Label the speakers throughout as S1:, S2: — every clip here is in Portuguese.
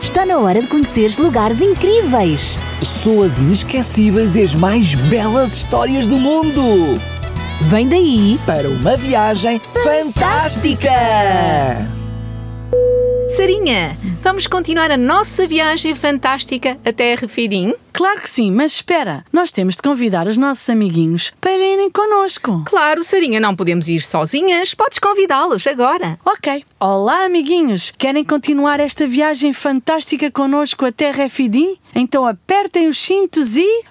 S1: Está na hora de conheceres lugares incríveis.
S2: Pessoas inesquecíveis e as mais belas histórias do mundo!
S1: Vem daí,
S2: Para uma viagem fantástica!
S3: Sarinha, vamos continuar a nossa viagem fantástica até Refidim?
S4: Claro que sim, mas espera, nós temos de convidar os nossos amiguinhos para irem connosco.
S3: Claro, Sarinha, não podemos ir sozinhas. Podes convidá-los agora.
S4: Ok. Olá, amiguinhos! Querem continuar esta viagem fantástica connosco até Refidim? Então apertem os cintos e.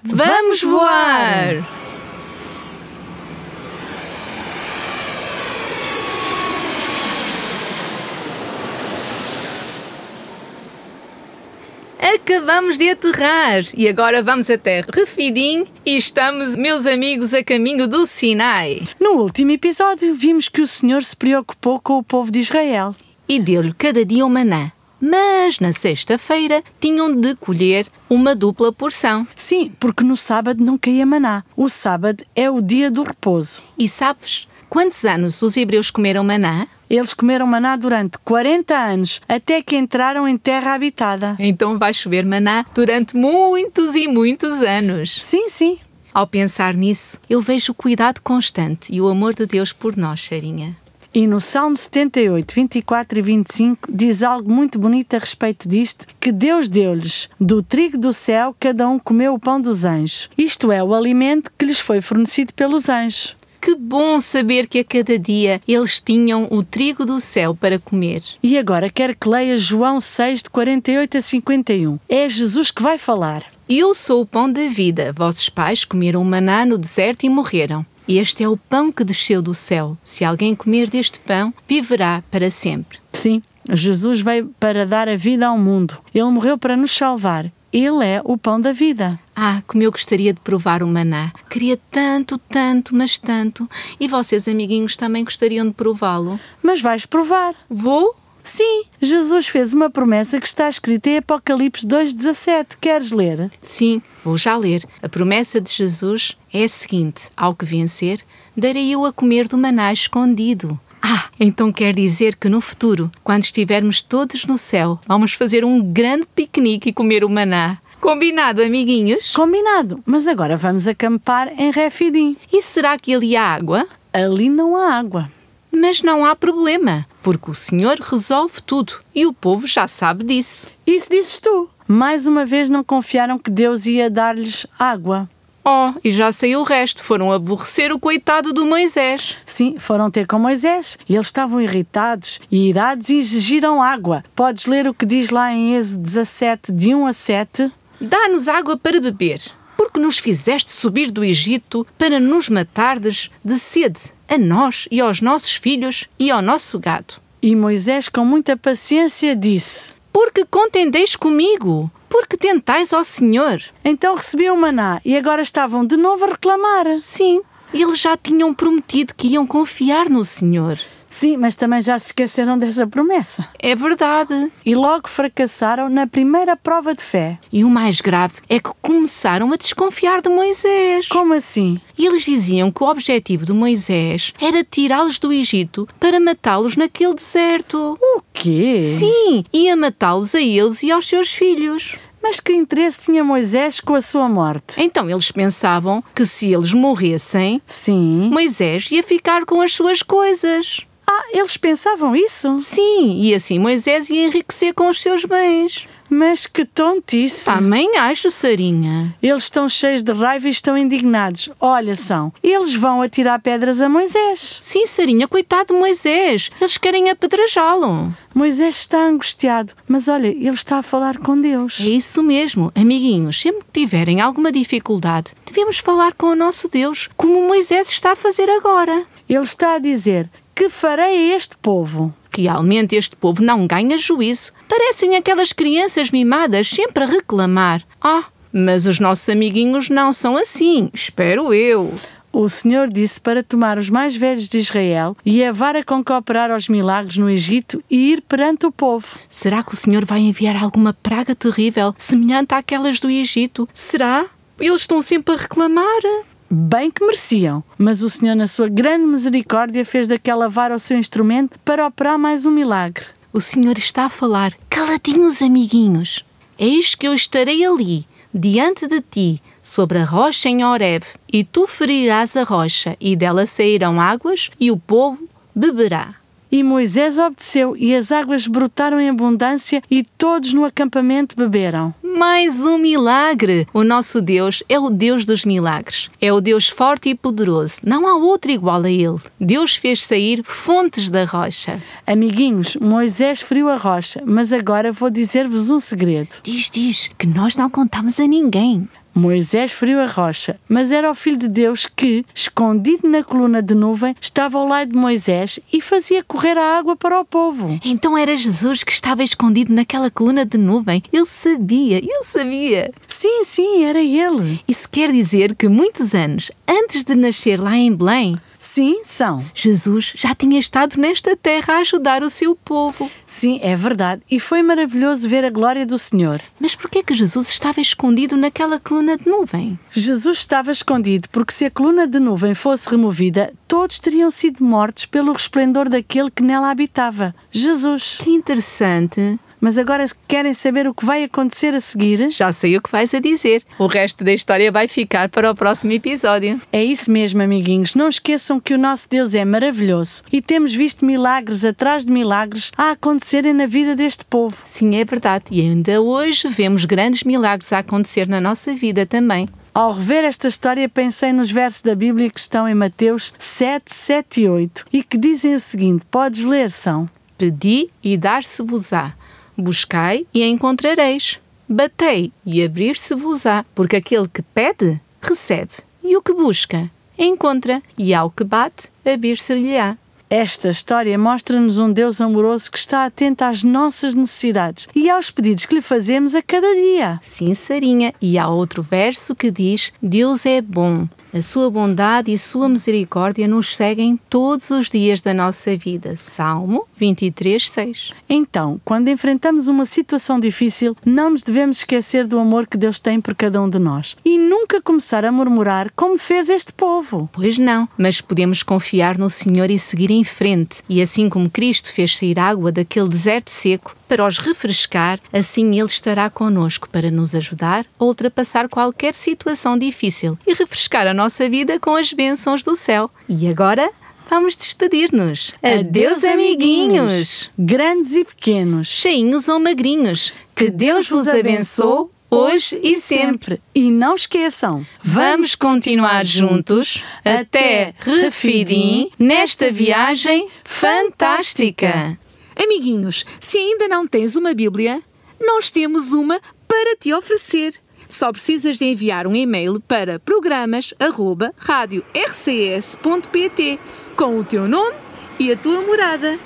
S3: Acabamos de aterrar e agora vamos até Refidim e estamos, meus amigos, a caminho do Sinai.
S4: No último episódio, vimos que o Senhor se preocupou com o povo de Israel.
S3: E deu-lhe cada dia um maná. Mas na sexta-feira tinham de colher uma dupla porção.
S4: Sim, porque no sábado não caía maná. O sábado é o dia do repouso.
S3: E sabes quantos anos os hebreus comeram maná?
S4: Eles comeram maná durante 40 anos, até que entraram em terra habitada.
S3: Então vai chover maná durante muitos e muitos anos.
S4: Sim, sim,
S3: Ao pensar nisso, eu vejo o cuidado constante e o amor de Deus por nós, Sarinha.
S4: E no Salmo 78, 24 e 25 diz algo muito bonito a respeito disto, que Deus deu-lhes do trigo do céu cada um comeu o pão dos anjos. Isto é o alimento que lhes foi fornecido pelos anjos.
S3: Que bom saber que a cada dia eles tinham o trigo do céu para comer.
S4: E agora quero que leia João 6, de 48 a 51. É Jesus que vai falar.
S3: Eu sou o pão da vida. Vossos pais comeram maná no deserto e morreram. Este é o pão que desceu do céu. Se alguém comer deste pão, viverá para sempre.
S4: Sim, Jesus veio para dar a vida ao mundo. Ele morreu para nos salvar. Ele é o pão da vida.
S3: Ah, como eu gostaria de provar o maná. Queria tanto, tanto, mas tanto. E vocês, amiguinhos, também gostariam de prová-lo?
S4: Mas vais provar.
S3: Vou?
S4: Sim, Jesus fez uma promessa que está escrita em Apocalipse 2,17. Queres ler?
S3: Sim, vou já ler. A promessa de Jesus é a seguinte: ao que vencer, darei eu a comer do maná escondido. Ah, então quer dizer que no futuro, quando estivermos todos no céu, vamos fazer um grande piquenique e comer o maná. Combinado, amiguinhos?
S4: Combinado, mas agora vamos acampar em Refidim.
S3: E será que ali há água?
S4: Ali não há água.
S3: Mas não há problema, porque o Senhor resolve tudo e o povo já sabe disso.
S4: Isso dizes tu. Mais uma vez não confiaram que Deus ia dar-lhes água.
S3: Oh, e já sei o resto. Foram aborrecer o coitado do Moisés.
S4: Sim, foram ter com Moisés e eles estavam irritados e irados e exigiram água. Podes ler o que diz lá em Êxodo 17, de 1 a 7?
S3: Dá-nos água para beber, porque nos fizeste subir do Egito para nos matardes de sede, a nós e aos nossos filhos e ao nosso gado.
S4: E Moisés, com muita paciência, disse:
S3: Porque contendeis comigo? Porque tentais ao Senhor?
S4: Então recebiam maná e agora estavam de novo a reclamar.
S3: Sim, eles já tinham prometido que iam confiar no Senhor.
S4: Sim, mas também já se esqueceram dessa promessa.
S3: É verdade.
S4: E logo fracassaram na primeira prova de fé.
S3: E o mais grave é que começaram a desconfiar de Moisés.
S4: Como assim?
S3: Eles diziam que o objetivo de Moisés era tirá-los do Egito para matá-los naquele deserto.
S4: O quê?
S3: Sim, ia matá-los a eles e aos seus filhos.
S4: Mas que interesse tinha Moisés com a sua morte?
S3: Então eles pensavam que se eles morressem,
S4: Sim.
S3: Moisés ia ficar com as suas coisas.
S4: Ah, eles pensavam isso?
S3: Sim, e assim Moisés ia enriquecer com os seus bens.
S4: Mas que tontice.
S3: Também acho, Sarinha.
S4: Eles estão cheios de raiva e estão indignados. Olha, são. Eles vão atirar pedras a Moisés.
S3: Sim, Sarinha, coitado de Moisés. Eles querem apedrejá-lo.
S4: Moisés está angustiado, mas olha, ele está a falar com Deus.
S3: É isso mesmo, amiguinhos. Sempre que tiverem alguma dificuldade, devemos falar com o nosso Deus, como Moisés está a fazer agora.
S4: Ele está a dizer: Que farei a este povo?
S3: Realmente este povo não ganha juízo. Parecem aquelas crianças mimadas sempre a reclamar. Ah, mas os nossos amiguinhos não são assim, espero eu.
S4: O Senhor disse para tomar os mais velhos de Israel e a vara com que operar os milagres no Egito e ir perante o povo.
S3: Será que o Senhor vai enviar alguma praga terrível, semelhante àquelas do Egito? Será? Eles estão sempre a reclamar.
S4: Bem que mereciam, mas o Senhor, na sua grande misericórdia, fez daquela vara o seu instrumento para operar mais um milagre.
S3: O Senhor está a falar. Caladinhos, amiguinhos. Eis que eu estarei ali, diante de ti, sobre a rocha em Horeb, e tu ferirás a rocha, e dela sairão águas, e o povo beberá.
S4: E Moisés obedeceu, e as águas brotaram em abundância, e todos no acampamento beberam.
S3: Mais um milagre! O nosso Deus é o Deus dos milagres. É o Deus forte e poderoso. Não há outro igual a Ele. Deus fez sair fontes da rocha.
S4: Amiguinhos, Moisés feriu a rocha, mas agora vou dizer-vos um segredo.
S1: Diz, diz, que nós não contamos a ninguém.
S4: Moisés feriu a rocha, mas era o Filho de Deus que, escondido na coluna de nuvem, estava ao lado de Moisés e fazia correr a água para o povo.
S3: Então era Jesus que estava escondido naquela coluna de nuvem. Ele sabia, ele sabia.
S4: Sim, sim, era ele.
S3: Isso quer dizer que muitos anos antes de nascer lá em Belém,
S4: Sim, são.
S3: Jesus já tinha estado nesta terra a ajudar o seu povo.
S4: Sim, é verdade. E foi maravilhoso ver a glória do Senhor.
S3: Mas por que é que Jesus estava escondido naquela coluna de nuvem?
S4: Jesus estava escondido porque, se a coluna de nuvem fosse removida, todos teriam sido mortos pelo resplendor daquele que nela habitava, Jesus.
S3: Que interessante.
S4: Mas agora querem saber o que vai acontecer a seguir?
S3: Já sei o que vais a dizer. O resto da história vai ficar para o próximo episódio.
S4: É isso mesmo, amiguinhos. Não esqueçam que o nosso Deus é maravilhoso e temos visto milagres atrás de milagres a acontecerem na vida deste povo.
S3: Sim, é verdade. E ainda hoje vemos grandes milagres a acontecer na nossa vida também.
S4: Ao rever esta história, pensei nos versos da Bíblia que estão em Mateus 7, 7 e 8 e que dizem o seguinte: podes ler, são.
S3: Pedi e dar-se-vos-á. Buscai e encontrareis. Batei e abrir-se-vos-á. Porque aquele que pede, recebe. E o que busca, encontra. E ao que bate, abrir-se-lhe-á.
S4: Esta história mostra-nos um Deus amoroso que está atento às nossas necessidades e aos pedidos que lhe fazemos a cada dia.
S3: Sim, Sarinha. E há outro verso que diz: Deus é bom. A sua bondade e sua misericórdia nos seguem todos os dias da nossa vida. Salmo 23, 6.
S4: Então, quando enfrentamos uma situação difícil, não nos devemos esquecer do amor que Deus tem por cada um de nós e nunca começar a murmurar como fez este povo.
S3: Pois não, mas podemos confiar no Senhor e seguir em frente. E assim como Cristo fez sair água daquele deserto seco para os refrescar, assim Ele estará conosco para nos ajudar a ultrapassar qualquer situação difícil e refrescar a nossa vida com as bênçãos do céu. E agora? Vamos despedir-nos. Adeus, amiguinhos!
S4: Grandes e pequenos.
S3: cheinhos ou magrinhos. Que Deus vos abençoe hoje e sempre.
S4: E não esqueçam,
S3: Vamos continuar juntos até Refidim nesta viagem fantástica.
S5: Amiguinhos, se ainda não tens uma Bíblia, nós temos uma para te oferecer. Só precisas de enviar um e-mail para programas@radiorcs.pt com o teu nome e a tua morada.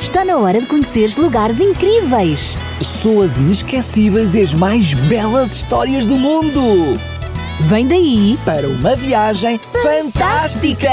S1: Está na hora de conheceres lugares incríveis.
S2: Pessoas inesquecíveis e as mais belas histórias do mundo.
S1: Vem daí!
S2: Para uma viagem fantástica.